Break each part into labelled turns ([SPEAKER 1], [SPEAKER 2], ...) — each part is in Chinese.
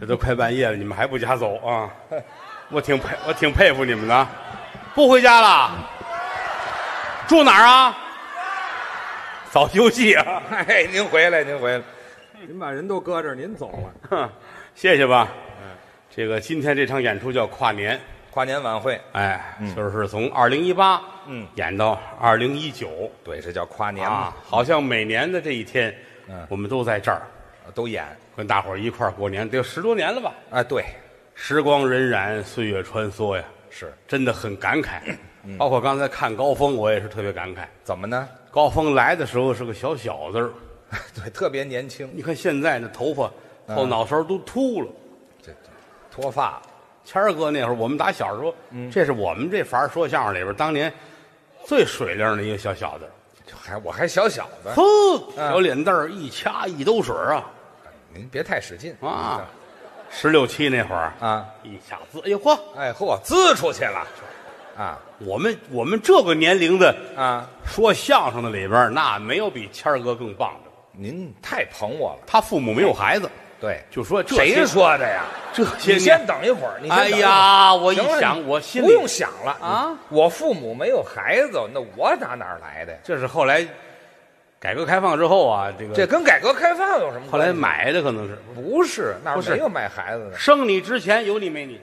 [SPEAKER 1] 这都快半夜了，你们还不家走啊？ 我挺佩，我挺佩服你们的，不回家了？住哪儿啊？早休息啊！
[SPEAKER 2] 哎，您回来，您回来，您把人都搁这儿，您走了。
[SPEAKER 1] 哼，谢谢吧。
[SPEAKER 2] 嗯
[SPEAKER 1] 这个今天这场演出叫跨年，
[SPEAKER 2] 跨年晚会，
[SPEAKER 1] 哎，就是从二零一八
[SPEAKER 2] 嗯
[SPEAKER 1] 演到二零一九
[SPEAKER 2] 对，这叫跨年
[SPEAKER 1] 啊
[SPEAKER 2] 嘛，，
[SPEAKER 1] 好像每年的这一天
[SPEAKER 2] 嗯，
[SPEAKER 1] 我们都在这儿
[SPEAKER 2] 都演。
[SPEAKER 1] 跟大伙儿一块儿过年，得有十多年了吧？
[SPEAKER 2] 啊，对，
[SPEAKER 1] 时光荏苒，岁月穿梭呀，
[SPEAKER 2] 是
[SPEAKER 1] 真的很感慨。包括刚才看高峰，我也是特别感慨。
[SPEAKER 2] 怎么呢？
[SPEAKER 1] 高峰来的时候是个小小子儿，
[SPEAKER 2] 对，特别年轻，
[SPEAKER 1] 你看现在那头发后脑勺都秃了。
[SPEAKER 2] 这脱发
[SPEAKER 1] 谦儿哥那会儿，我们打小时候，这是我们这法儿说相声里边儿当年最水灵的一个小小子，
[SPEAKER 2] 这还我还小小子，
[SPEAKER 1] 噗，小脸蛋儿一掐一兜水儿啊
[SPEAKER 2] 您别太使劲
[SPEAKER 1] 啊！十六七那会儿，
[SPEAKER 2] 啊！
[SPEAKER 1] 一下子，哎呦嚯！
[SPEAKER 2] 哎，嚯，滋出去了啊
[SPEAKER 1] 我们我们这个年龄的
[SPEAKER 2] 啊！
[SPEAKER 1] 说相声的里边儿，那没有比谦儿哥更棒的。
[SPEAKER 2] 您太捧我了，
[SPEAKER 1] 他父母没有孩子，
[SPEAKER 2] 对，
[SPEAKER 1] 就说这些
[SPEAKER 2] 谁说的呀？
[SPEAKER 1] 这些
[SPEAKER 2] 你
[SPEAKER 1] 年
[SPEAKER 2] 先等一会儿，你先
[SPEAKER 1] 哎
[SPEAKER 2] 等一会儿
[SPEAKER 1] 呀，我一
[SPEAKER 2] 行了
[SPEAKER 1] 想，
[SPEAKER 2] 你
[SPEAKER 1] 我心里
[SPEAKER 2] 不用想了
[SPEAKER 1] 啊！
[SPEAKER 2] 我父母没有孩子，那我打哪儿来的呀？
[SPEAKER 1] 这是后来改革开放之后啊，这个
[SPEAKER 2] 这跟改革开放有什么
[SPEAKER 1] 后
[SPEAKER 2] 关系？
[SPEAKER 1] 来买的可能是
[SPEAKER 2] 不是那儿
[SPEAKER 1] 不是
[SPEAKER 2] 没有卖孩子 的。
[SPEAKER 1] 生你之前有你没你，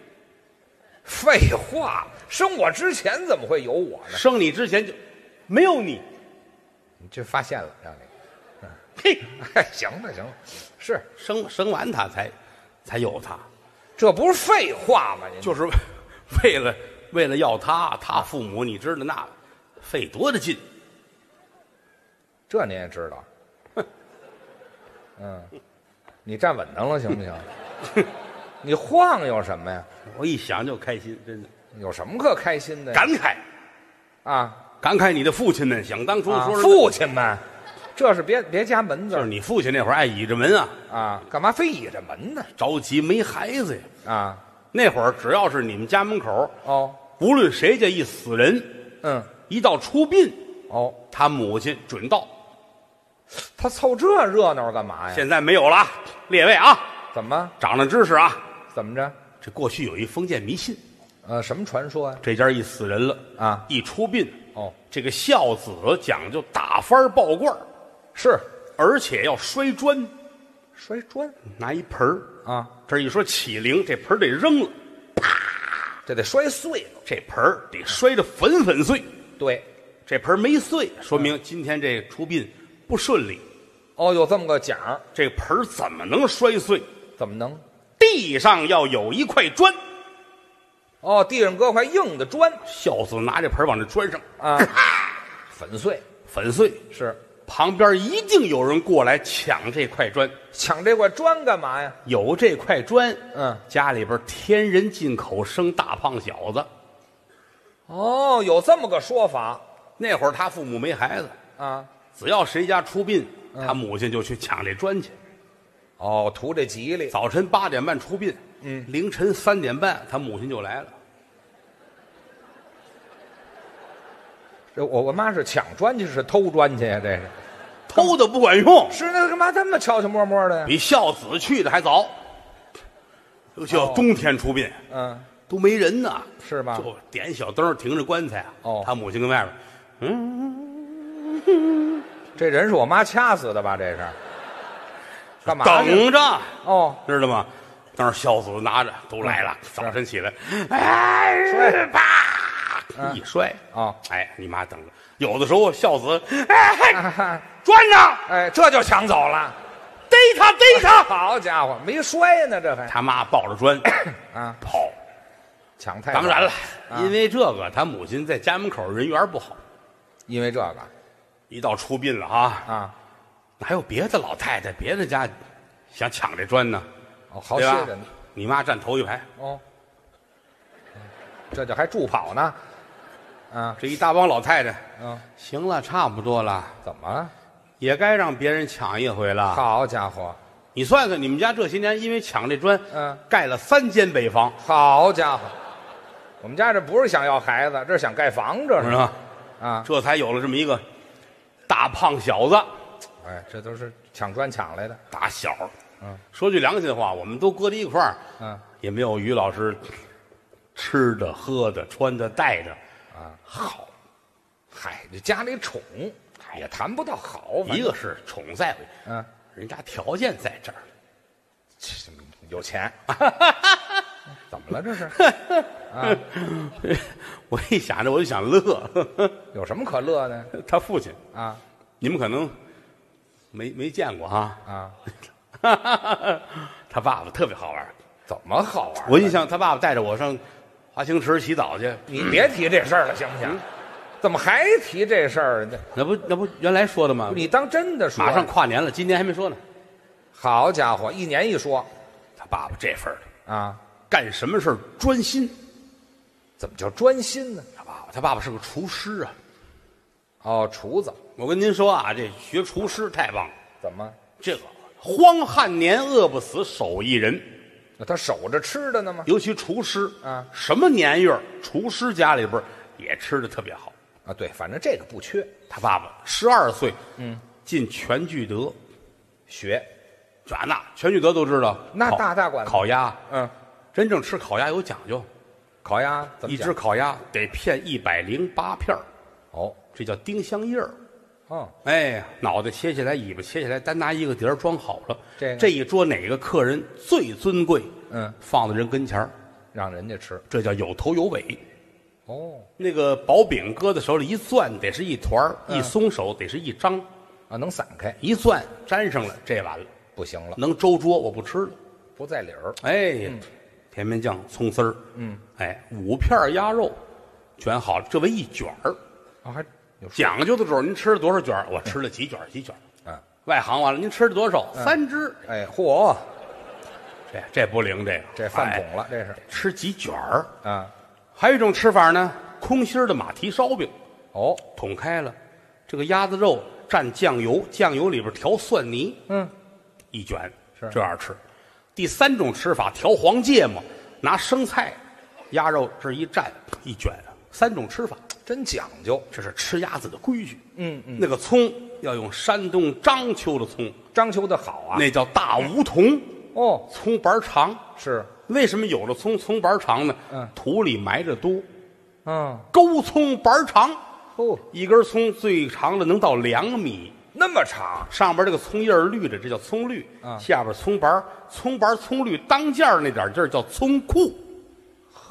[SPEAKER 2] 废话，生我之前怎么会有我呢？
[SPEAKER 1] 生你之前就没有你，
[SPEAKER 2] 你这发现了，让你。
[SPEAKER 1] 嘿，
[SPEAKER 2] 哎， 行了行了，是
[SPEAKER 1] 生生完他才才有他，
[SPEAKER 2] 这不是废话吗？您
[SPEAKER 1] 就是为了为了要他，他父母你知道那费多大劲，
[SPEAKER 2] 这您也知道，嗯，你站稳当了行不行？ 你晃悠什么呀？
[SPEAKER 1] 我一想就开心，真的
[SPEAKER 2] 有什么可开心的呀？
[SPEAKER 1] 感慨
[SPEAKER 2] 啊
[SPEAKER 1] 感慨你的父亲们，想当初
[SPEAKER 2] 啊！
[SPEAKER 1] 说是
[SPEAKER 2] 父亲们，这是别别加门字
[SPEAKER 1] 就是
[SPEAKER 2] 儿
[SPEAKER 1] 你父亲那会儿爱倚着门啊，
[SPEAKER 2] 啊，干嘛非倚着门呢？
[SPEAKER 1] 着急没孩子呀。
[SPEAKER 2] 啊
[SPEAKER 1] 那会儿只要是你们家门口，
[SPEAKER 2] 哦
[SPEAKER 1] 无论谁家一死人，
[SPEAKER 2] 嗯
[SPEAKER 1] 一到出殡，
[SPEAKER 2] 哦，
[SPEAKER 1] 他母亲准到。
[SPEAKER 2] 他凑这热闹干嘛呀？
[SPEAKER 1] 现在没有了啊，列位啊，
[SPEAKER 2] 怎么
[SPEAKER 1] 长了知识啊！
[SPEAKER 2] 怎么着？
[SPEAKER 1] 这过去有一封建迷信，
[SPEAKER 2] 呃，什么传说呀、
[SPEAKER 1] 这家一死人了
[SPEAKER 2] 啊
[SPEAKER 1] 一出殡，
[SPEAKER 2] 哦，
[SPEAKER 1] 这个孝子讲究打幡抱罐儿，
[SPEAKER 2] 是
[SPEAKER 1] 而且要摔砖，
[SPEAKER 2] 摔砖
[SPEAKER 1] 拿一盆儿，
[SPEAKER 2] 啊，
[SPEAKER 1] 这一说起灵，这盆儿得扔了，
[SPEAKER 2] 这得摔碎了。
[SPEAKER 1] 这盆儿得摔得粉粉碎。
[SPEAKER 2] 对，
[SPEAKER 1] 这盆儿没碎，说明今天这出殡不顺利。
[SPEAKER 2] 哦，有这么个讲儿，
[SPEAKER 1] 这盆儿怎么能摔碎？
[SPEAKER 2] 怎么能？
[SPEAKER 1] 地上要有一块砖，
[SPEAKER 2] 哦，地上搁块硬的砖
[SPEAKER 1] 孝子拿这盆儿往这砖上
[SPEAKER 2] 啊，粉碎
[SPEAKER 1] 粉碎，
[SPEAKER 2] 是
[SPEAKER 1] 旁边一定有人过来抢这块砖。
[SPEAKER 2] 抢这块砖干嘛呀？
[SPEAKER 1] 有这块砖，
[SPEAKER 2] 嗯，
[SPEAKER 1] 家里边天人进口生大胖小子。
[SPEAKER 2] 哦，有这么个说法
[SPEAKER 1] 那会儿他父母没孩子，
[SPEAKER 2] 啊。
[SPEAKER 1] 只要谁家出殡，他母亲就去抢这砖去。
[SPEAKER 2] 哦，图这吉利，
[SPEAKER 1] 早晨八点半出殡，嗯，凌晨三点半他母亲就来了。
[SPEAKER 2] 这我我妈是抢砖去，是偷砖去呀？这是
[SPEAKER 1] 偷的不管用，
[SPEAKER 2] 是那干嘛这么悄悄摸摸的呀？
[SPEAKER 1] 比孝子去的还早。尤其要
[SPEAKER 2] 哦
[SPEAKER 1] 冬天出殡，
[SPEAKER 2] 嗯，
[SPEAKER 1] 都没人呢，
[SPEAKER 2] 是吧？
[SPEAKER 1] 就点小灯儿停着棺材啊。
[SPEAKER 2] 哦
[SPEAKER 1] 他母亲跟外边儿，
[SPEAKER 2] 这人是我妈掐死的吧？这是干嘛去？
[SPEAKER 1] 等着，
[SPEAKER 2] 哦，
[SPEAKER 1] 知道吗？当时孝子拿着都来了，
[SPEAKER 2] 嗯
[SPEAKER 1] 早晨起来，哎，啪，一摔
[SPEAKER 2] 哦，
[SPEAKER 1] 哎，你妈等着。有的时候孝子，哎，嘿
[SPEAKER 2] 啊 哈
[SPEAKER 1] 砖呢？
[SPEAKER 2] 哎，这就抢走了。
[SPEAKER 1] 逮他，逮 他！
[SPEAKER 2] 好家伙，没摔呢，这还
[SPEAKER 1] 他妈抱着砖
[SPEAKER 2] 啊，
[SPEAKER 1] 跑。
[SPEAKER 2] 抢太早啊
[SPEAKER 1] 当然了，因为这个，他母亲在家门口人缘不好，
[SPEAKER 2] 因为这个
[SPEAKER 1] 一到出殡了啊，
[SPEAKER 2] 啊，
[SPEAKER 1] 哪有别的老太太、别的家想抢这砖呢？
[SPEAKER 2] 哦，好
[SPEAKER 1] 对
[SPEAKER 2] 些
[SPEAKER 1] 吧
[SPEAKER 2] 人呢？
[SPEAKER 1] 你妈站头一排，
[SPEAKER 2] 哦，这就还助跑呢，啊，
[SPEAKER 1] 这一大帮老太太，
[SPEAKER 2] 嗯，
[SPEAKER 1] 行了，差不多了。
[SPEAKER 2] 怎么了？
[SPEAKER 1] 也该让别人抢一回了。
[SPEAKER 2] 好家伙，
[SPEAKER 1] 你算算，你们家这些年因为抢这砖，
[SPEAKER 2] 嗯，
[SPEAKER 1] 盖了三间北房，
[SPEAKER 2] 好家伙，我们家这不是想要孩子，这是想盖房，这
[SPEAKER 1] 是
[SPEAKER 2] 是
[SPEAKER 1] 吧？
[SPEAKER 2] 啊，
[SPEAKER 1] 这才有了这么一个大胖小子，
[SPEAKER 2] 哎，这都是抢砖抢来的，
[SPEAKER 1] 打小
[SPEAKER 2] 嗯
[SPEAKER 1] 说句良心话，我们都搁在一块儿，
[SPEAKER 2] 嗯，
[SPEAKER 1] 也没有于老师吃的、喝的、穿的、戴的
[SPEAKER 2] 啊
[SPEAKER 1] 好。
[SPEAKER 2] 嗨，这家里宠也谈不到好，反正
[SPEAKER 1] 一个是宠在乎，
[SPEAKER 2] 嗯，
[SPEAKER 1] 人家条件在这儿，
[SPEAKER 2] 这有钱， 怎么了 这是？
[SPEAKER 1] 我一想着我就想乐。
[SPEAKER 2] 有什么可乐的
[SPEAKER 1] 他父亲，
[SPEAKER 2] 啊
[SPEAKER 1] 你们可能没没见过哈、
[SPEAKER 2] 啊？
[SPEAKER 1] 他爸爸特别好玩儿，
[SPEAKER 2] 怎么好玩？
[SPEAKER 1] 我印象他爸爸带着我上华清池洗澡去，
[SPEAKER 2] 你别提这事儿了，行不行？怎么还提这事儿呢？
[SPEAKER 1] 那不那不原来说的吗？
[SPEAKER 2] 你当真的说？
[SPEAKER 1] 马上跨年了，今年还没说呢。
[SPEAKER 2] 好家伙，一年一说
[SPEAKER 1] 他爸爸这份儿
[SPEAKER 2] 啊，
[SPEAKER 1] 干什么事儿专心。
[SPEAKER 2] 怎么叫专心呢？
[SPEAKER 1] 他爸爸，他爸爸是个厨师啊。
[SPEAKER 2] 哦，厨子
[SPEAKER 1] 我跟您说啊，这学厨师太棒了，
[SPEAKER 2] 怎么？
[SPEAKER 1] 这个荒旱年饿不死手艺人，
[SPEAKER 2] 那他守着吃的呢吗？
[SPEAKER 1] 尤其厨师
[SPEAKER 2] 啊
[SPEAKER 1] 什么年月儿厨师家里边儿也吃的特别好。
[SPEAKER 2] 啊，对，反正这个不缺，
[SPEAKER 1] 他爸爸十二岁，嗯，进全聚德，
[SPEAKER 2] 学
[SPEAKER 1] 啊，那全聚德都知道，
[SPEAKER 2] 那
[SPEAKER 1] 烤
[SPEAKER 2] 大大馆子
[SPEAKER 1] 烤鸭，
[SPEAKER 2] 嗯，
[SPEAKER 1] 真正吃烤鸭有讲究，
[SPEAKER 2] 烤鸭怎么
[SPEAKER 1] 一
[SPEAKER 2] 讲
[SPEAKER 1] 只烤鸭得片一百零八片儿
[SPEAKER 2] 哦
[SPEAKER 1] 这叫丁香叶儿。
[SPEAKER 2] 哦，
[SPEAKER 1] 哎，脑袋切下来，尾巴切下来，单拿一个碟儿装好了。
[SPEAKER 2] 这个
[SPEAKER 1] 一桌哪个客人最尊贵？
[SPEAKER 2] 嗯，
[SPEAKER 1] 放在人跟前儿，
[SPEAKER 2] 让人家吃
[SPEAKER 1] 这叫有头有尾。
[SPEAKER 2] 哦
[SPEAKER 1] 那个薄饼搁在手里一攥，得是一团儿；
[SPEAKER 2] 嗯
[SPEAKER 1] 一松手，得是一张。
[SPEAKER 2] 啊，能散开
[SPEAKER 1] 一攥粘上了，这完了，
[SPEAKER 2] 不行了，
[SPEAKER 1] 能周桌我不吃了。
[SPEAKER 2] 不在理儿
[SPEAKER 1] 哎，
[SPEAKER 2] 嗯
[SPEAKER 1] 甜面酱、葱丝儿，嗯，哎，五片儿鸭肉卷好了，这为一卷儿。
[SPEAKER 2] 啊，还有说
[SPEAKER 1] 讲究的时候，您吃了多少卷儿？我吃了几卷儿，几卷儿。
[SPEAKER 2] 啊，
[SPEAKER 1] 外行完了，您吃了多少？三只。
[SPEAKER 2] 哎，嚯，
[SPEAKER 1] 这这不灵，这个
[SPEAKER 2] 这饭
[SPEAKER 1] 哎
[SPEAKER 2] 桶了，这是
[SPEAKER 1] 吃几卷儿。
[SPEAKER 2] 啊，
[SPEAKER 1] 还有一种吃法呢，空心儿的马蹄烧饼，
[SPEAKER 2] 哦，
[SPEAKER 1] 捅开了，这个鸭子肉蘸酱油，酱油里边调蒜泥，
[SPEAKER 2] 嗯，
[SPEAKER 1] 一卷
[SPEAKER 2] 是
[SPEAKER 1] 这样吃。第三种吃法，调黄芥末，拿生菜、鸭肉这一蘸一卷，啊三种吃法，
[SPEAKER 2] 真讲究，
[SPEAKER 1] 这是吃鸭子的规矩。
[SPEAKER 2] 嗯嗯，
[SPEAKER 1] 那个葱要用山东章丘的葱，
[SPEAKER 2] 章丘的好啊，
[SPEAKER 1] 那叫大梧桐，
[SPEAKER 2] 哦，
[SPEAKER 1] 葱白儿长。
[SPEAKER 2] 是，
[SPEAKER 1] 为什么有的葱葱白儿长呢？
[SPEAKER 2] 嗯
[SPEAKER 1] 土里埋着多，
[SPEAKER 2] 嗯，
[SPEAKER 1] 沟葱白儿长，
[SPEAKER 2] 哦，
[SPEAKER 1] 一根葱最长的能到两米，
[SPEAKER 2] 那么长，
[SPEAKER 1] 上边这个葱叶儿绿的，这叫葱绿；
[SPEAKER 2] 啊
[SPEAKER 1] 下边葱白儿，葱白儿葱绿当间儿那点儿地儿叫葱库。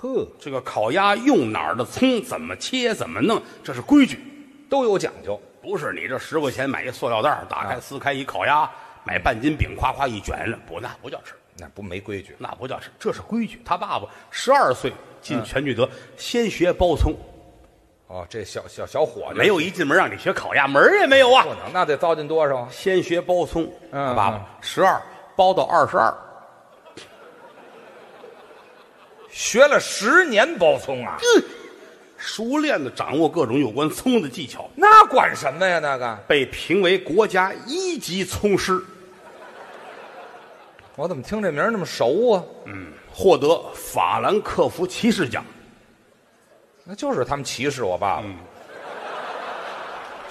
[SPEAKER 2] 呵，
[SPEAKER 1] 这个烤鸭用哪儿的葱，怎么切，怎么弄，这是规矩，
[SPEAKER 2] 都有讲究，
[SPEAKER 1] 不是你这十块钱买一塑料袋儿，打开
[SPEAKER 2] 啊
[SPEAKER 1] 撕开一烤鸭，买半斤饼，夸夸一卷了，不那不叫吃。
[SPEAKER 2] 那不没规矩，
[SPEAKER 1] 那不叫吃，这是规矩。他爸爸十二岁进
[SPEAKER 2] 啊
[SPEAKER 1] 全聚德，先学包葱，
[SPEAKER 2] 哦，这小小小伙子
[SPEAKER 1] 没有一进门让你学烤鸭，门儿也没有啊
[SPEAKER 2] 不。能，那得糟践多少啊？
[SPEAKER 1] 先学包葱，
[SPEAKER 2] 嗯
[SPEAKER 1] 他爸爸十二包到二十二，
[SPEAKER 2] 学了十年包葱啊，
[SPEAKER 1] 熟练的掌握各种有关葱的技巧，
[SPEAKER 2] 那管什么呀？那个，
[SPEAKER 1] 被评为国家一级葱师，
[SPEAKER 2] 我怎么听这名儿那么熟啊？
[SPEAKER 1] 获得法兰克福骑士奖。
[SPEAKER 2] 那就是他们歧视我爸爸，
[SPEAKER 1] 嗯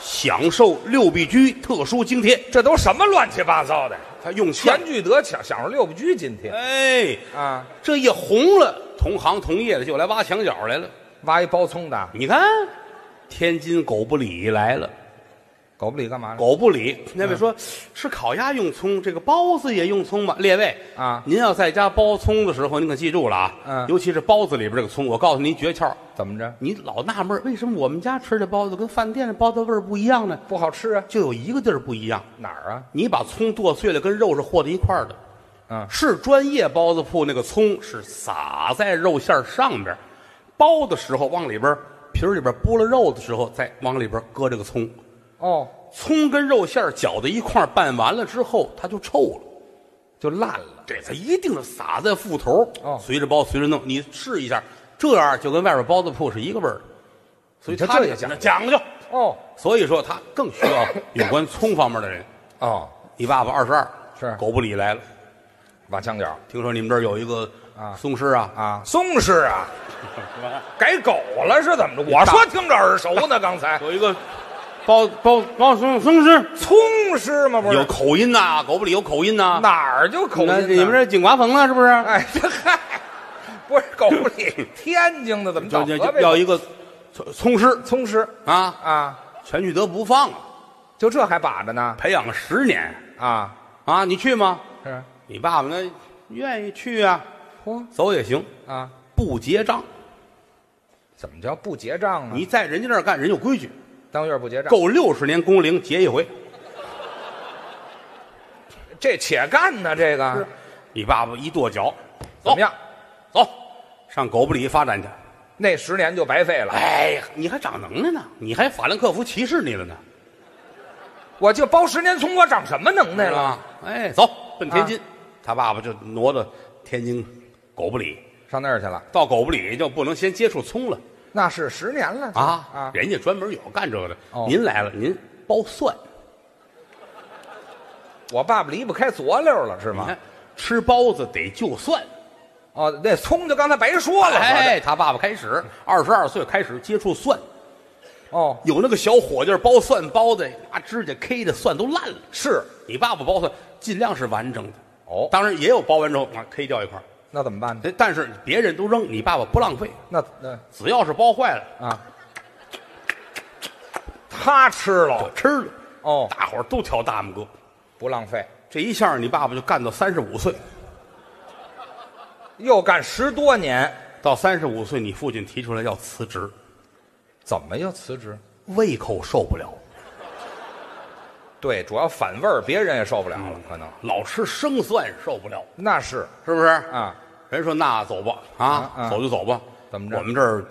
[SPEAKER 1] 享受六必居特殊津贴，
[SPEAKER 2] 这都什么乱七八糟的？
[SPEAKER 1] 他用钱
[SPEAKER 2] 全，聚德享享受六部居津贴
[SPEAKER 1] 哎，
[SPEAKER 2] 啊，
[SPEAKER 1] 这一红了，同行同业的就来挖墙角来了。
[SPEAKER 2] 挖一包葱的，
[SPEAKER 1] 你看，天津狗不理来了。
[SPEAKER 2] 狗不理干嘛呢？
[SPEAKER 1] 狗不理。那位说、
[SPEAKER 2] 嗯
[SPEAKER 1] 吃烤鸭用葱，这个包子也用葱吗？列位
[SPEAKER 2] 啊
[SPEAKER 1] 您要在家包葱的时候，您可记住了啊，
[SPEAKER 2] 嗯
[SPEAKER 1] 尤其是包子里边这个葱，我告诉您诀窍，
[SPEAKER 2] 怎么着？
[SPEAKER 1] 你老纳闷儿为什么我们家吃的包子跟饭店的包子味儿不一样呢？
[SPEAKER 2] 不好吃啊？
[SPEAKER 1] 就有一个地儿不一样，
[SPEAKER 2] 哪儿啊？
[SPEAKER 1] 你把葱剁碎了，跟肉是和在一块儿的。
[SPEAKER 2] 嗯
[SPEAKER 1] 是专业包子铺那个葱是撒在肉馅儿上边儿，包的时候往里边儿皮儿里边儿拨了肉的时候，再往里边儿搁这个葱。
[SPEAKER 2] 哦，
[SPEAKER 1] 葱跟肉馅儿搅在一块儿拌完了之后，它就臭了。
[SPEAKER 2] 就烂了。
[SPEAKER 1] 对，它一定是撒在腹头，
[SPEAKER 2] 哦
[SPEAKER 1] 随着包随着弄，你试一下，这样就跟外边包子铺是一个味儿的。所以
[SPEAKER 2] 你看
[SPEAKER 1] 他
[SPEAKER 2] 这
[SPEAKER 1] 个
[SPEAKER 2] 也讲究
[SPEAKER 1] 讲究，
[SPEAKER 2] 哦
[SPEAKER 1] 所以说他更需 要有关葱方面的人。
[SPEAKER 2] 哦，
[SPEAKER 1] 你爸爸二十二，
[SPEAKER 2] 是
[SPEAKER 1] 狗不理来了，
[SPEAKER 2] 挖墙角
[SPEAKER 1] 听说你们这儿有一个
[SPEAKER 2] 啊
[SPEAKER 1] 松狮啊，
[SPEAKER 2] 啊，松狮啊，改狗了是怎么着？我说听着耳熟呢，刚才
[SPEAKER 1] 有一个包包包松松狮，
[SPEAKER 2] 葱师吗？不是
[SPEAKER 1] 有啊口音呐、狗不理有口音呐、
[SPEAKER 2] 哪儿就口音
[SPEAKER 1] 那
[SPEAKER 2] 呢？
[SPEAKER 1] 你们这井瓜棚啊，是不是？
[SPEAKER 2] 哎， 这嗨，不是狗不 理，天津的怎么
[SPEAKER 1] 就
[SPEAKER 2] 到
[SPEAKER 1] 就
[SPEAKER 2] 河
[SPEAKER 1] 就
[SPEAKER 2] 北？
[SPEAKER 1] 要一个葱葱师
[SPEAKER 2] 葱师
[SPEAKER 1] 啊，
[SPEAKER 2] 啊，
[SPEAKER 1] 全聚德不放啊，
[SPEAKER 2] 就这还把着呢
[SPEAKER 1] 培养了十年
[SPEAKER 2] 啊，
[SPEAKER 1] 啊，你去吗？
[SPEAKER 2] 是，
[SPEAKER 1] 你爸爸那愿意去啊，
[SPEAKER 2] 嚯
[SPEAKER 1] 走也行，
[SPEAKER 2] 啊，
[SPEAKER 1] 不结账。
[SPEAKER 2] 怎么叫不结账呢？
[SPEAKER 1] 你在人家那儿干，人有规矩，
[SPEAKER 2] 当月不结账，
[SPEAKER 1] 够六十年工龄结一回。
[SPEAKER 2] 这且干呢？这个
[SPEAKER 1] 你爸爸一跺脚，
[SPEAKER 2] 怎么样？
[SPEAKER 1] 走，上狗不理发展去。
[SPEAKER 2] 那十年就白费了。
[SPEAKER 1] 哎呀，你还长能耐呢，你还法兰克福歧视你了呢。
[SPEAKER 2] 我就包十年葱，我长什么能耐了？
[SPEAKER 1] 啊，哎，走，奔天津。他爸爸就挪到天津狗不理，
[SPEAKER 2] 上那儿去了，
[SPEAKER 1] 到狗不理就不能先接触葱了
[SPEAKER 2] 那是十年了
[SPEAKER 1] 啊
[SPEAKER 2] 啊！
[SPEAKER 1] 人家专门有干这个的。
[SPEAKER 2] 哦
[SPEAKER 1] 您来了，您包蒜
[SPEAKER 2] 我爸爸离不开佐料了，是
[SPEAKER 1] 你
[SPEAKER 2] 吗
[SPEAKER 1] 看？吃包子得就蒜。
[SPEAKER 2] 哦，那葱就刚才白说了，
[SPEAKER 1] 哎，他爸爸开始二十二岁开始接触蒜，
[SPEAKER 2] 合着哦，
[SPEAKER 1] 有那个小伙计儿包蒜包的，拿指甲 K 的蒜都烂了。
[SPEAKER 2] 是
[SPEAKER 1] 你爸爸包蒜尽量是完整的，
[SPEAKER 2] 哦，
[SPEAKER 1] 当然也有包完之后啊 K 掉一块儿，
[SPEAKER 2] 那怎么办呢？
[SPEAKER 1] 但但是别人都扔，你爸爸不浪费，
[SPEAKER 2] 那那
[SPEAKER 1] 只要是包坏了
[SPEAKER 2] 啊，他吃
[SPEAKER 1] 就
[SPEAKER 2] 了
[SPEAKER 1] 吃了。
[SPEAKER 2] 哦，
[SPEAKER 1] 大伙儿都挑大拇哥，
[SPEAKER 2] 不浪费，
[SPEAKER 1] 这一下你爸爸就干到三十五岁。
[SPEAKER 2] 又干十多年，
[SPEAKER 1] 到三十五岁，你父亲提出来要辞职，
[SPEAKER 2] 怎么又辞职？
[SPEAKER 1] 胃口受不了，
[SPEAKER 2] 对，主要反味儿，别人也受不了了，
[SPEAKER 1] 嗯
[SPEAKER 2] 可能
[SPEAKER 1] 老吃生蒜受不了，
[SPEAKER 2] 那是
[SPEAKER 1] 是不是？
[SPEAKER 2] 啊，
[SPEAKER 1] 人说那走吧，
[SPEAKER 2] 啊
[SPEAKER 1] 啊，
[SPEAKER 2] 啊
[SPEAKER 1] 走就走吧。
[SPEAKER 2] 怎么着
[SPEAKER 1] 我们这儿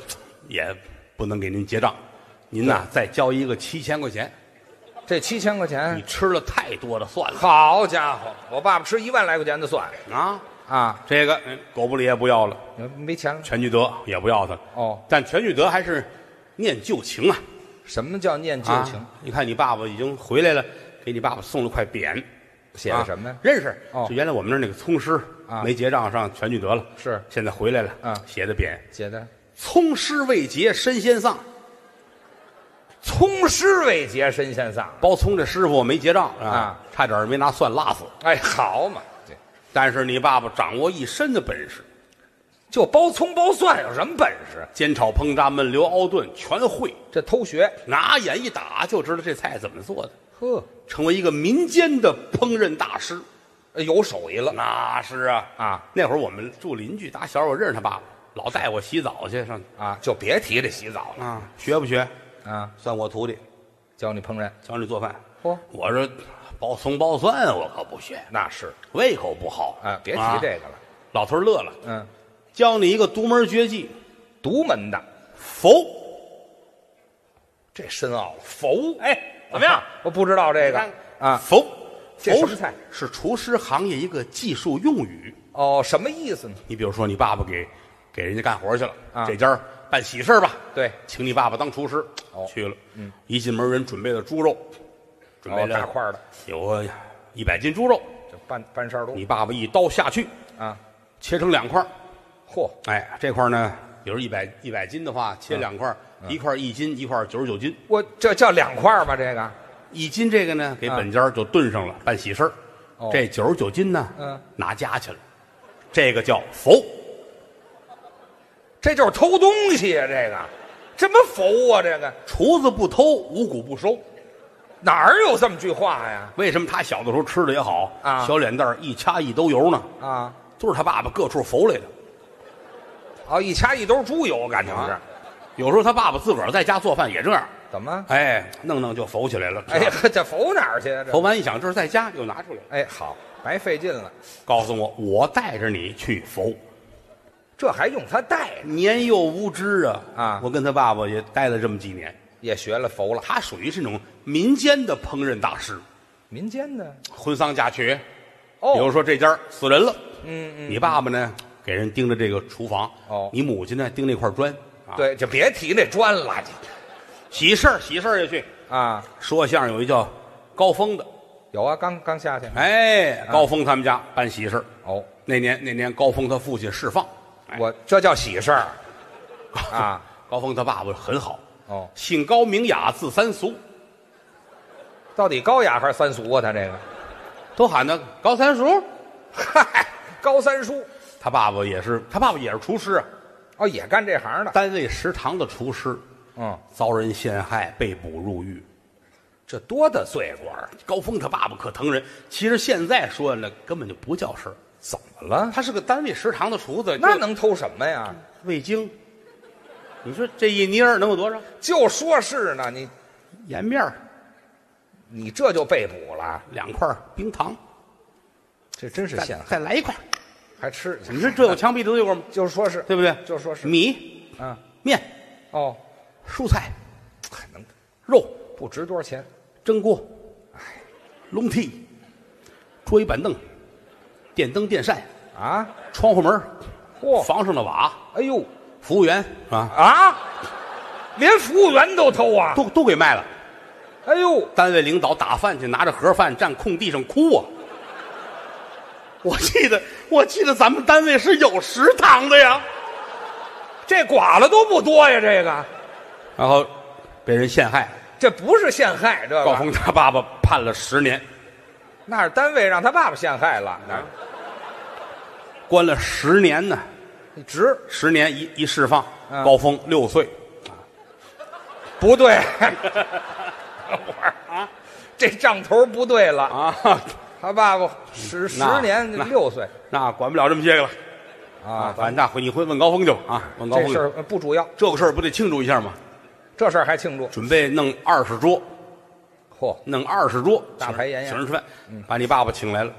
[SPEAKER 1] 也不能给您结账，您呐再交一个七千块钱。
[SPEAKER 2] 这七千块钱
[SPEAKER 1] 你，吃了太多的蒜了
[SPEAKER 2] 好家伙，我爸爸吃一万来块钱的蒜
[SPEAKER 1] 啊！
[SPEAKER 2] 啊，
[SPEAKER 1] 这个嗯狗不理也不要了，
[SPEAKER 2] 没钱了
[SPEAKER 1] 全聚德也不要他了。
[SPEAKER 2] 哦。
[SPEAKER 1] 但全聚德还是念旧情啊，
[SPEAKER 2] 什么叫念旧
[SPEAKER 1] 啊
[SPEAKER 2] 情？
[SPEAKER 1] 你看你爸爸已经回来了，给你爸爸送了块匾。
[SPEAKER 2] 写的什么呀
[SPEAKER 1] 啊？认识，
[SPEAKER 2] 哦
[SPEAKER 1] 就原来我们那儿那个葱师
[SPEAKER 2] 啊
[SPEAKER 1] 没结账上全聚德了，
[SPEAKER 2] 是
[SPEAKER 1] 现在回来了，
[SPEAKER 2] 嗯
[SPEAKER 1] 写的匾，
[SPEAKER 2] 写的
[SPEAKER 1] 葱师未结身先丧，
[SPEAKER 2] “葱师未捷身先丧
[SPEAKER 1] 包葱这师傅没结账
[SPEAKER 2] 啊，
[SPEAKER 1] 差点没拿蒜辣死。”。
[SPEAKER 2] 哎，好嘛，对，
[SPEAKER 1] 但是你爸爸掌握一身的本事，
[SPEAKER 2] 就包葱包蒜有什么本事？
[SPEAKER 1] 煎炒烹炸焖溜熬炖全会，
[SPEAKER 2] 这偷学，
[SPEAKER 1] 拿眼一打就知道这菜怎么做的，
[SPEAKER 2] 呵，
[SPEAKER 1] 成为一个民间的烹饪大师。
[SPEAKER 2] 有手艺了
[SPEAKER 1] 那是啊
[SPEAKER 2] 啊！
[SPEAKER 1] 那会儿我们住邻居，打小我认识他爸爸，老带我洗澡去上
[SPEAKER 2] 啊！就别提这洗澡了
[SPEAKER 1] 啊，学不学？
[SPEAKER 2] 啊！
[SPEAKER 1] 算我徒弟，
[SPEAKER 2] 教你烹饪，
[SPEAKER 1] 教你做饭。
[SPEAKER 2] 嚯
[SPEAKER 1] 我说包葱包蒜我可不学，
[SPEAKER 2] 那是
[SPEAKER 1] 胃口不好
[SPEAKER 2] 啊，别提这个了。
[SPEAKER 1] 老头儿乐了，
[SPEAKER 2] 嗯，
[SPEAKER 1] 教你一个独门绝技，
[SPEAKER 2] 独门的，
[SPEAKER 1] 佛。
[SPEAKER 2] 这深奥了。佛，
[SPEAKER 1] 哎，怎么样？？
[SPEAKER 2] 我不知道这
[SPEAKER 1] 看
[SPEAKER 2] 个啊。
[SPEAKER 1] 佛，
[SPEAKER 2] 这什
[SPEAKER 1] 佛
[SPEAKER 2] 么菜
[SPEAKER 1] 是厨师行业一个技术用语。
[SPEAKER 2] 哦，什么意思呢？
[SPEAKER 1] 你比如说，你爸爸给给人家干活去了，
[SPEAKER 2] 啊
[SPEAKER 1] 这家儿办喜事儿吧，
[SPEAKER 2] 对，
[SPEAKER 1] 请你爸爸当厨师，
[SPEAKER 2] 哦
[SPEAKER 1] 去了，一进门人准备了猪肉，准备
[SPEAKER 2] 哦，
[SPEAKER 1] 了、
[SPEAKER 2] 大块儿的，
[SPEAKER 1] 有个一百斤猪肉，
[SPEAKER 2] 这半半扇儿多
[SPEAKER 1] 你爸爸一刀下去，
[SPEAKER 2] 啊。
[SPEAKER 1] 切成两块儿，
[SPEAKER 2] 嚯，
[SPEAKER 1] 哎，这块儿呢，比如一百一百斤的话，切两块儿，
[SPEAKER 2] 嗯
[SPEAKER 1] 一块儿一斤，一块儿九十九斤，
[SPEAKER 2] 我这叫两块儿吧？这个
[SPEAKER 1] 一斤这个呢给
[SPEAKER 2] 啊
[SPEAKER 1] 本家儿就炖上了，办喜事儿，
[SPEAKER 2] 哦
[SPEAKER 1] 这九十九斤呢，
[SPEAKER 2] 嗯
[SPEAKER 1] 拿家去了，这个叫佛。
[SPEAKER 2] 这就是偷东西啊！这个，这么佛啊！这个
[SPEAKER 1] 厨子不偷，五谷不收。
[SPEAKER 2] 哪儿有这么句话呀？
[SPEAKER 1] 为什么他小的时候吃的也好
[SPEAKER 2] 啊
[SPEAKER 1] 小脸蛋儿一掐一兜油呢？
[SPEAKER 2] 啊，
[SPEAKER 1] 都是他爸爸各处缝来的。
[SPEAKER 2] 哦，一掐一兜猪油，我感情是、
[SPEAKER 1] 啊有时候他爸爸自个儿在家做饭也这样，
[SPEAKER 2] 怎么？
[SPEAKER 1] 哎，弄弄就缝起来了。
[SPEAKER 2] 哎呀，，这佛哪儿去啊？这
[SPEAKER 1] 缝完一想这是在家，又拿出来了，
[SPEAKER 2] 哎，好，白费劲了，
[SPEAKER 1] 告诉我，我带着你去缝。
[SPEAKER 2] 这还用他带？
[SPEAKER 1] 年幼无知啊
[SPEAKER 2] 啊
[SPEAKER 1] 我跟他爸爸也待了这么几年，
[SPEAKER 2] 也学了佛了，
[SPEAKER 1] 他属于是那种民间的烹饪大师，
[SPEAKER 2] 民间的
[SPEAKER 1] 婚丧嫁娶，比如
[SPEAKER 2] 哦，
[SPEAKER 1] 说这家儿死人了，
[SPEAKER 2] 嗯嗯，
[SPEAKER 1] 你爸爸呢给人盯着这个厨房，
[SPEAKER 2] 哦
[SPEAKER 1] 你母亲呢盯那块砖，啊，
[SPEAKER 2] 对，就别提那砖了
[SPEAKER 1] 喜事儿喜事儿也去。
[SPEAKER 2] 啊，
[SPEAKER 1] 说相声有一叫高峰的，
[SPEAKER 2] 有啊，刚刚下去，
[SPEAKER 1] 哎，高峰他们家办喜事儿
[SPEAKER 2] 哦，
[SPEAKER 1] 那年那年高峰他父亲释放，哎
[SPEAKER 2] 我这叫喜事儿啊，
[SPEAKER 1] 高峰他爸爸很好，
[SPEAKER 2] 哦，
[SPEAKER 1] 姓高名雅字三俗，
[SPEAKER 2] 到底高雅还是三俗啊？他这个，
[SPEAKER 1] 都喊他高三叔。
[SPEAKER 2] 嗨，高三叔
[SPEAKER 1] 他爸爸也是，他爸爸也是厨师，啊
[SPEAKER 2] 哦，也干这行的。
[SPEAKER 1] 单位食堂的厨师，
[SPEAKER 2] 嗯，
[SPEAKER 1] 遭人陷害，被捕入狱。
[SPEAKER 2] 这多大罪过啊？
[SPEAKER 1] 高峰他爸爸可疼人，其实现在说来根本就不叫事儿。
[SPEAKER 2] 怎么了？
[SPEAKER 1] 他是个单位食堂的厨子，
[SPEAKER 2] 那
[SPEAKER 1] 就
[SPEAKER 2] 能偷什么呀？
[SPEAKER 1] 味精？你说这一捏儿能有多少？
[SPEAKER 2] 就说是呢，你
[SPEAKER 1] 盐面儿
[SPEAKER 2] 你这就被捕了，
[SPEAKER 1] 两块儿，冰糖，
[SPEAKER 2] 这真是
[SPEAKER 1] 再
[SPEAKER 2] 陷害，
[SPEAKER 1] 再来一块儿。
[SPEAKER 2] 还吃？
[SPEAKER 1] 你说这有枪毙的罪过吗？
[SPEAKER 2] 就说是，
[SPEAKER 1] 对不对？
[SPEAKER 2] 就说是，
[SPEAKER 1] 米、
[SPEAKER 2] 嗯，
[SPEAKER 1] 面、
[SPEAKER 2] 哦，
[SPEAKER 1] 蔬菜、
[SPEAKER 2] 还能
[SPEAKER 1] 肉、
[SPEAKER 2] 不值多少钱？
[SPEAKER 1] 蒸锅、笼屉、桌椅板凳、电灯电扇、
[SPEAKER 2] 啊，
[SPEAKER 1] 窗户门儿、
[SPEAKER 2] 嚯、
[SPEAKER 1] 房上的瓦、
[SPEAKER 2] 哎呦
[SPEAKER 1] 服务员啊，
[SPEAKER 2] 啊，连服务员都偷啊！
[SPEAKER 1] 都都给卖了。
[SPEAKER 2] 哎呦，
[SPEAKER 1] 单位领导打饭去，拿着盒饭站空地上哭啊！我记得，我记得咱们单位是有食堂的呀。
[SPEAKER 2] 这寡了都不多呀，这个
[SPEAKER 1] 然后被人陷害，
[SPEAKER 2] 这不是陷害，这
[SPEAKER 1] 高
[SPEAKER 2] 个
[SPEAKER 1] 峰他爸爸判了十年，
[SPEAKER 2] 那是单位让他爸爸陷害了，
[SPEAKER 1] 嗯
[SPEAKER 2] 那
[SPEAKER 1] 关了十年呢，
[SPEAKER 2] 你值
[SPEAKER 1] 十年一一释放，
[SPEAKER 2] 嗯
[SPEAKER 1] 高峰六岁，
[SPEAKER 2] 不 对，这账头不对了
[SPEAKER 1] 啊，
[SPEAKER 2] 他爸爸十十
[SPEAKER 1] 那
[SPEAKER 2] 年
[SPEAKER 1] 那
[SPEAKER 2] 六岁
[SPEAKER 1] 那管不了这么些个了
[SPEAKER 2] 啊，
[SPEAKER 1] 反正那回你回问高峰去吧啊，问高
[SPEAKER 2] 这
[SPEAKER 1] 峰
[SPEAKER 2] 事
[SPEAKER 1] 去
[SPEAKER 2] 儿。呃不主要，
[SPEAKER 1] 这个事儿不得庆祝一下吗？
[SPEAKER 2] 这事儿还庆祝。
[SPEAKER 1] 准备弄二十桌，
[SPEAKER 2] 嚯，
[SPEAKER 1] 弄二十桌，
[SPEAKER 2] 大
[SPEAKER 1] 请
[SPEAKER 2] 排宴呀嗯
[SPEAKER 1] 请人吃饭，把你爸爸请来了。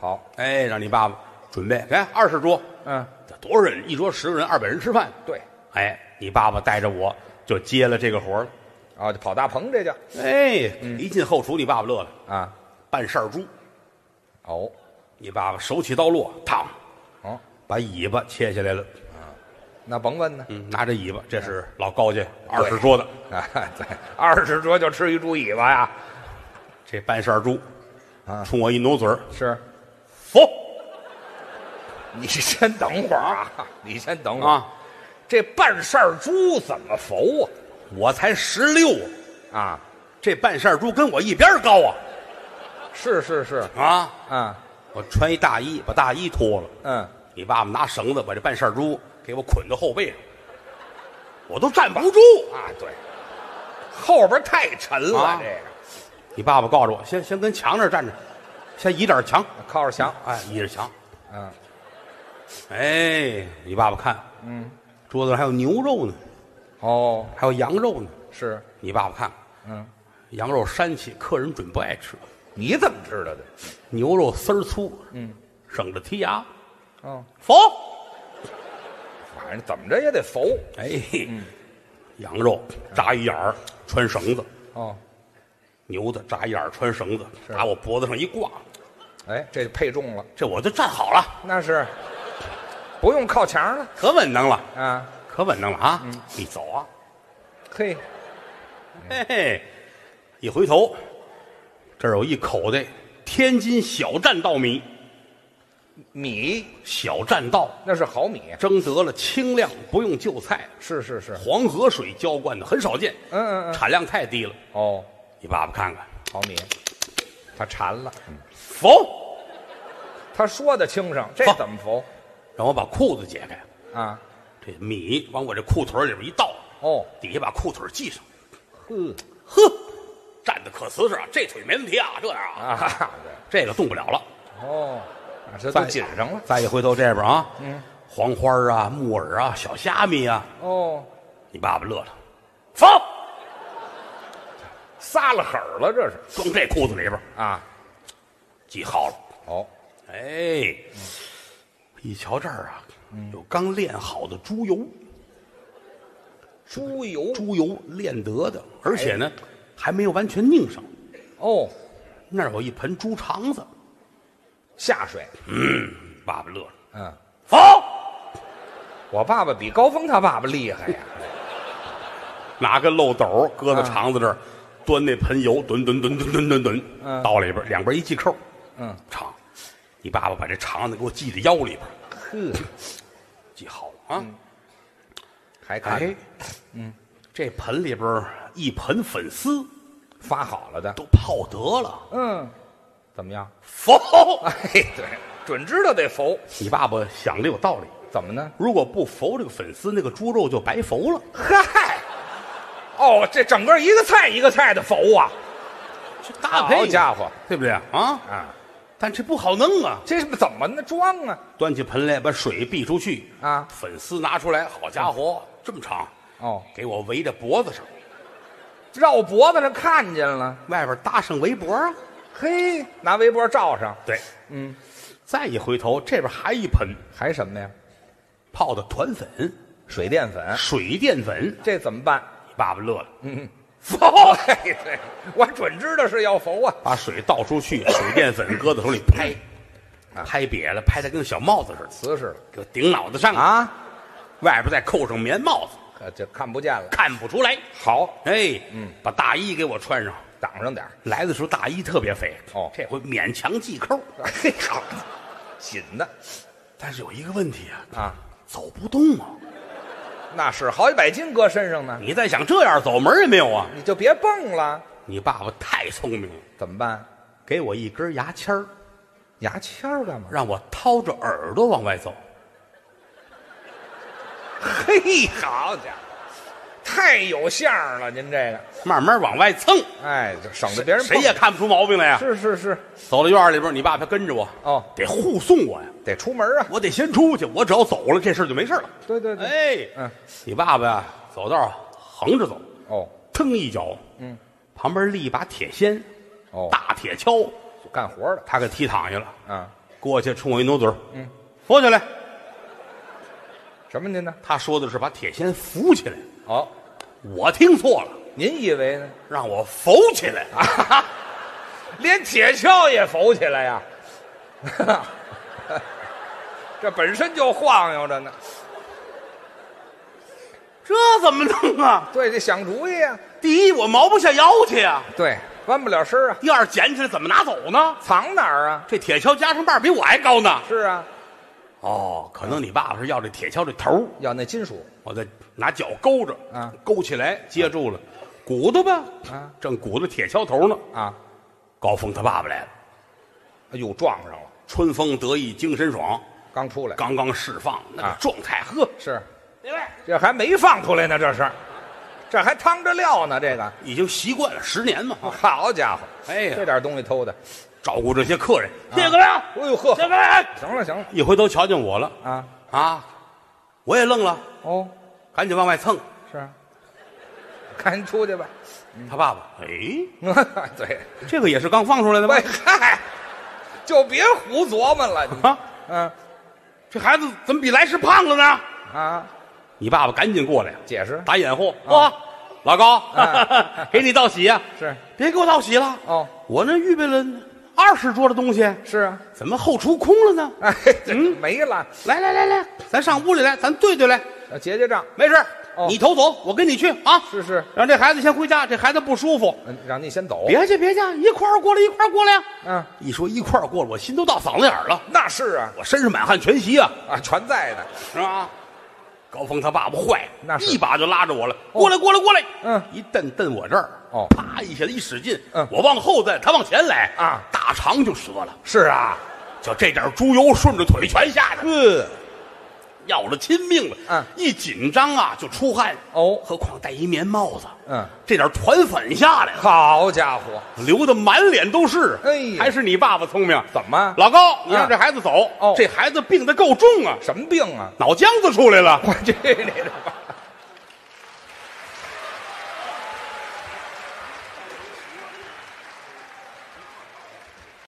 [SPEAKER 2] 好，
[SPEAKER 1] 哎，让你爸爸准备，来二十桌，
[SPEAKER 2] 嗯，
[SPEAKER 1] 这多少人？一桌十个人，二百人吃饭。
[SPEAKER 2] 对，
[SPEAKER 1] 哎，你爸爸带着我就接了这个活儿了。
[SPEAKER 2] 啊，就跑大棚这叫
[SPEAKER 1] 哎，
[SPEAKER 2] 嗯
[SPEAKER 1] 一进后厨，你爸爸乐了，
[SPEAKER 2] 啊，
[SPEAKER 1] 办事儿猪。
[SPEAKER 2] 哦，
[SPEAKER 1] 你爸爸手起刀落，烫，
[SPEAKER 2] 哦，
[SPEAKER 1] 把尾巴切下来了。
[SPEAKER 2] 那甭问呢，
[SPEAKER 1] 嗯，拿着尾巴，这是老高家二十桌的
[SPEAKER 2] 啊，对，二十桌就吃一猪尾巴呀，
[SPEAKER 1] 这办事儿猪，
[SPEAKER 2] 啊
[SPEAKER 1] 冲我一努嘴儿，
[SPEAKER 2] 是。
[SPEAKER 1] 服
[SPEAKER 2] 你先等会儿啊，你先等会儿。
[SPEAKER 1] 啊！
[SPEAKER 2] 这办事儿猪怎么服
[SPEAKER 1] 我才十六，
[SPEAKER 2] 啊？啊，
[SPEAKER 1] 这办事儿猪跟我一边儿高啊
[SPEAKER 2] 是是是，
[SPEAKER 1] 啊！
[SPEAKER 2] 啊，
[SPEAKER 1] 我穿一大衣，把大衣脱了。
[SPEAKER 2] 嗯，
[SPEAKER 1] 你爸爸拿绳子把这办事儿猪给我捆到后背上，我都站不住啊！对，
[SPEAKER 2] 后边太沉了，
[SPEAKER 1] 啊
[SPEAKER 2] 这
[SPEAKER 1] 你爸爸告诉我，先先跟墙那儿站着，先倚点墙，
[SPEAKER 2] 个靠着墙，
[SPEAKER 1] 哎，倚着墙，
[SPEAKER 2] 嗯，
[SPEAKER 1] 哎，你爸爸看，嗯，桌子上还有牛肉呢，
[SPEAKER 2] 哦，
[SPEAKER 1] 还有羊肉呢，
[SPEAKER 2] 是，
[SPEAKER 1] 你爸爸看，
[SPEAKER 2] 嗯，
[SPEAKER 1] 羊肉膻气，客人准不爱吃，
[SPEAKER 2] 你怎么知道的？
[SPEAKER 1] 牛肉丝儿粗，嗯，省着剔牙，
[SPEAKER 2] 嗯，
[SPEAKER 1] 否，
[SPEAKER 2] 反正怎么着也得服。
[SPEAKER 1] 哎，羊肉扎一眼儿，穿绳子，
[SPEAKER 2] 哦，
[SPEAKER 1] 牛的扎一眼儿穿绳子，
[SPEAKER 2] 是
[SPEAKER 1] 打我脖子上一挂，
[SPEAKER 2] 哎，这就配重了，
[SPEAKER 1] 这我就站好了，
[SPEAKER 2] 那是不用靠墙了
[SPEAKER 1] 可稳当了，
[SPEAKER 2] 啊。
[SPEAKER 1] 可稳当了啊！
[SPEAKER 2] 嗯
[SPEAKER 1] 你走啊，
[SPEAKER 2] 嘿，嗯
[SPEAKER 1] 嘿嘿，一回头，这儿有一口袋天津小站稻米，
[SPEAKER 2] 米
[SPEAKER 1] 小站稻
[SPEAKER 2] 那是毫米，
[SPEAKER 1] 征得了清亮，不用就菜，
[SPEAKER 2] 是是是，
[SPEAKER 1] 黄河水浇灌的，很少见，
[SPEAKER 2] 嗯嗯嗯，
[SPEAKER 1] 产量太低了。
[SPEAKER 2] 哦，
[SPEAKER 1] 你爸爸看看，
[SPEAKER 2] 毫米，他馋了，
[SPEAKER 1] 否，
[SPEAKER 2] 他说的轻省，这怎么服
[SPEAKER 1] 让我把裤子解开，
[SPEAKER 2] 啊？
[SPEAKER 1] 这米往我这裤腿里边一倒，
[SPEAKER 2] 哦，
[SPEAKER 1] 底下把裤腿系上，
[SPEAKER 2] 呵
[SPEAKER 1] 呵，站的可瓷实啊，这腿没问题啊，这样啊，
[SPEAKER 2] 啊，
[SPEAKER 1] 这个动不了了。
[SPEAKER 2] 哦，啊这都
[SPEAKER 1] 再
[SPEAKER 2] 紧上了。
[SPEAKER 1] 再一回头这边啊，嗯，黄花啊、木耳啊、小虾米啊，
[SPEAKER 2] 哦，
[SPEAKER 1] 你爸爸乐了，放
[SPEAKER 2] 撒了狠儿了，这是
[SPEAKER 1] 装这裤子里边儿，
[SPEAKER 2] 啊。
[SPEAKER 1] 系好了。
[SPEAKER 2] 哦，
[SPEAKER 1] 哎，一瞧这儿啊，有刚炼好的猪油，
[SPEAKER 2] 猪油
[SPEAKER 1] 猪油炼得的，而且呢，还没有完全拧上。
[SPEAKER 2] 哦，
[SPEAKER 1] 那儿有一盆猪肠子，
[SPEAKER 2] 下水。
[SPEAKER 1] 爸爸乐了，
[SPEAKER 2] 嗯，
[SPEAKER 1] 放
[SPEAKER 2] 我爸爸比高峰他爸爸厉害呀。
[SPEAKER 1] 拿个漏斗搁在肠子这儿，端那盆油，吨吨吨吨吨吨吨，
[SPEAKER 2] 嗯
[SPEAKER 1] 倒里边，两边一系扣，
[SPEAKER 2] 嗯，
[SPEAKER 1] 肠，你爸爸把这肠子给我系在腰里边，
[SPEAKER 2] 呵，
[SPEAKER 1] 系好了啊。
[SPEAKER 2] 还看
[SPEAKER 1] 哎嗯哎，嗯，这盆里边一盆粉丝，
[SPEAKER 2] 发好了的。
[SPEAKER 1] 都泡得了，
[SPEAKER 2] 嗯，怎么样？
[SPEAKER 1] 否？
[SPEAKER 2] 哎，对，准知道得佛，
[SPEAKER 1] 你爸爸想的有道理，
[SPEAKER 2] 怎么呢？
[SPEAKER 1] 如果不佛这个粉丝，那个猪肉就白佛了。
[SPEAKER 2] 嗨，哦，这整个一个菜一个菜的佛啊，
[SPEAKER 1] 搭
[SPEAKER 2] 好
[SPEAKER 1] 配
[SPEAKER 2] 家伙
[SPEAKER 1] 对不对啊？
[SPEAKER 2] 啊，
[SPEAKER 1] 但这不好弄啊！
[SPEAKER 2] 这是怎么呢？装啊
[SPEAKER 1] 端起盆来，把水避出去，
[SPEAKER 2] 啊，
[SPEAKER 1] 粉丝拿出来，好家伙，这么长，
[SPEAKER 2] 哦，
[SPEAKER 1] 给我围在脖子上，
[SPEAKER 2] 绕脖子上看见了，
[SPEAKER 1] 外边搭上围脖啊。
[SPEAKER 2] 嘿，拿围脖罩上，
[SPEAKER 1] 对，
[SPEAKER 2] 嗯，
[SPEAKER 1] 再一回头，这边还一盆
[SPEAKER 2] 还什么呀？
[SPEAKER 1] 泡的团粉、
[SPEAKER 2] 水淀粉，
[SPEAKER 1] 水淀粉，
[SPEAKER 2] 这怎么办？
[SPEAKER 1] 你爸爸乐了，
[SPEAKER 2] 嗯佛， 哎对，我准知道是要佛啊，
[SPEAKER 1] 把水倒出去，水淀粉搁在手里拍，
[SPEAKER 2] 啊
[SPEAKER 1] 拍瘪了，拍的跟小帽子似的，
[SPEAKER 2] 瓷实了
[SPEAKER 1] 给我顶脑袋上啊！
[SPEAKER 2] 啊，
[SPEAKER 1] 外边再扣上棉帽子，
[SPEAKER 2] 可就看不见了。
[SPEAKER 1] 看不出来。
[SPEAKER 2] 好，嗯
[SPEAKER 1] 哎，把大衣给我穿上。
[SPEAKER 2] 挡上点儿，
[SPEAKER 1] 来的时候大衣特别肥，
[SPEAKER 2] 哦
[SPEAKER 1] 这回勉强系扣，
[SPEAKER 2] 嘿，好，紧的
[SPEAKER 1] 但是有一个问题啊，
[SPEAKER 2] 啊，
[SPEAKER 1] 走不动啊！
[SPEAKER 2] 那是好几百斤搁身上呢，
[SPEAKER 1] 你再想这样走门儿也没有啊！
[SPEAKER 2] 你就别蹦了，
[SPEAKER 1] 你爸爸太聪明了，
[SPEAKER 2] 怎么办？
[SPEAKER 1] 给我一根牙签儿，
[SPEAKER 2] 牙签儿干嘛？
[SPEAKER 1] 让我掏着耳朵往外走。
[SPEAKER 2] 嘿，好家伙，太有相儿了，您这个，
[SPEAKER 1] 慢慢往外蹭，
[SPEAKER 2] 哎，这省得别人
[SPEAKER 1] 谁也
[SPEAKER 2] 碰
[SPEAKER 1] 看不出毛病来呀。
[SPEAKER 2] 是是是，
[SPEAKER 1] 走到院里边，你爸爸跟着我，
[SPEAKER 2] 哦，
[SPEAKER 1] 得护送我呀。
[SPEAKER 2] 得出门啊，
[SPEAKER 1] 我得先出去，我只要走了，这事儿就没事了。
[SPEAKER 2] 对对对，
[SPEAKER 1] 哎，
[SPEAKER 2] 嗯，
[SPEAKER 1] 你爸爸呀，走道啊横着走，
[SPEAKER 2] 哦
[SPEAKER 1] 腾一脚，嗯，旁边立一把铁锨，
[SPEAKER 2] 哦，
[SPEAKER 1] 大铁锹，
[SPEAKER 2] 干活的
[SPEAKER 1] 他给踢躺下了。
[SPEAKER 2] 啊，
[SPEAKER 1] 过去冲我一努嘴，嗯，扶起来。
[SPEAKER 2] 什么您呢？
[SPEAKER 1] 他说的是把铁锨扶起来，
[SPEAKER 2] 哦，
[SPEAKER 1] 我听错了，
[SPEAKER 2] 您以为呢？
[SPEAKER 1] 让我扶起来。
[SPEAKER 2] 连铁锹也浮起来呀、 这本身就晃悠着呢。
[SPEAKER 1] 这怎么弄啊？
[SPEAKER 2] 对，这想主意啊。
[SPEAKER 1] 第一，我毛不下腰去呀、
[SPEAKER 2] 对，弯不了身啊，
[SPEAKER 1] 第二，捡起来怎么拿走呢？
[SPEAKER 2] 藏哪儿啊？
[SPEAKER 1] 这铁锹加上把儿比我还高呢。
[SPEAKER 2] 是啊，
[SPEAKER 1] 哦，可能你爸爸是要这铁锹这头儿
[SPEAKER 2] 要那金属
[SPEAKER 1] 我再拿脚勾着，
[SPEAKER 2] 啊，
[SPEAKER 1] 勾起来接住了，鼓捣吧，
[SPEAKER 2] 啊，
[SPEAKER 1] 正鼓捣铁锹头呢。
[SPEAKER 2] 啊。
[SPEAKER 1] 高峰他爸爸来了，
[SPEAKER 2] 哎呦，撞上了，
[SPEAKER 1] 春风得意精神爽，
[SPEAKER 2] 刚出来。
[SPEAKER 1] 刚刚释放那个
[SPEAKER 2] 啊
[SPEAKER 1] 状态，呵，
[SPEAKER 2] 是，
[SPEAKER 1] 那位
[SPEAKER 2] 这还没放出来呢，这是，这还趟着料呢。这个，
[SPEAKER 1] 已经习惯了十年嘛，
[SPEAKER 2] 好家伙，
[SPEAKER 1] 哎呀
[SPEAKER 2] 这点东西偷的。
[SPEAKER 1] 照顾这些客人，谢谢各位啊，
[SPEAKER 2] 哎呦呵
[SPEAKER 1] 谢，谢各位啊，
[SPEAKER 2] 行了行了
[SPEAKER 1] 一回头瞧见我了
[SPEAKER 2] 啊，
[SPEAKER 1] 啊，我也愣了，
[SPEAKER 2] 哦，
[SPEAKER 1] 赶紧往外蹭，
[SPEAKER 2] 是啊，赶紧出去 吧。
[SPEAKER 1] 他爸爸，哎，
[SPEAKER 2] 对，
[SPEAKER 1] 这个也是刚放出来的吗
[SPEAKER 2] 喂？嗨，就别胡琢磨了，你
[SPEAKER 1] 啊，
[SPEAKER 2] 嗯
[SPEAKER 1] 这孩子怎么比来时胖了呢？
[SPEAKER 2] 啊，
[SPEAKER 1] 你爸爸赶紧过来，
[SPEAKER 2] 解释
[SPEAKER 1] 打掩护，哇，老高
[SPEAKER 2] 哎，
[SPEAKER 1] 给你道喜呀！
[SPEAKER 2] 是
[SPEAKER 1] 别给我道喜了，
[SPEAKER 2] 哦，
[SPEAKER 1] 我那预备了二十桌的东西，
[SPEAKER 2] 是啊，
[SPEAKER 1] 怎么后厨空了呢？
[SPEAKER 2] 哎，这
[SPEAKER 1] 嗯
[SPEAKER 2] 没了，
[SPEAKER 1] 来来来来，咱上屋里来，咱对对来。
[SPEAKER 2] 呃结结账，
[SPEAKER 1] 没事儿，
[SPEAKER 2] 哦
[SPEAKER 1] 你头走，我跟你去啊。
[SPEAKER 2] 是是，
[SPEAKER 1] 让这孩子先回家，这孩子不舒服。
[SPEAKER 2] 嗯让你先走，
[SPEAKER 1] 别去别去，一块儿过来，一块儿过来呀！
[SPEAKER 2] 嗯，
[SPEAKER 1] 一说一块儿过来，我心都到嗓子眼儿了，
[SPEAKER 2] 那是啊，
[SPEAKER 1] 我身上满汉全席啊，
[SPEAKER 2] 啊，全在呢，
[SPEAKER 1] 是吧？高峰他爸爸坏了，
[SPEAKER 2] 那是哦
[SPEAKER 1] 一把就拉着我了，过来过来过来，
[SPEAKER 2] 嗯
[SPEAKER 1] 一蹬蹬我这儿，
[SPEAKER 2] 哦
[SPEAKER 1] 啪一下子一使劲，
[SPEAKER 2] 嗯
[SPEAKER 1] 我往后蹬，他往前来
[SPEAKER 2] 啊
[SPEAKER 1] 大肠就折了，
[SPEAKER 2] 是啊，
[SPEAKER 1] 就这点猪油顺着腿全下去了，
[SPEAKER 2] 嗯，
[SPEAKER 1] 要了亲命了，
[SPEAKER 2] 嗯
[SPEAKER 1] 一紧张啊就出汗，
[SPEAKER 2] 哦
[SPEAKER 1] 何况戴一棉帽子，
[SPEAKER 2] 嗯，
[SPEAKER 1] 这点团粉下来了，
[SPEAKER 2] 好家伙，
[SPEAKER 1] 流的满脸都是，
[SPEAKER 2] 哎呀
[SPEAKER 1] 还是你爸爸聪明，
[SPEAKER 2] 怎么
[SPEAKER 1] 老高，你让
[SPEAKER 2] 嗯
[SPEAKER 1] 这孩子走，
[SPEAKER 2] 哦
[SPEAKER 1] 这孩子病得够重啊，
[SPEAKER 2] 什么病啊？
[SPEAKER 1] 脑浆子出来了。
[SPEAKER 2] 我去你的吧！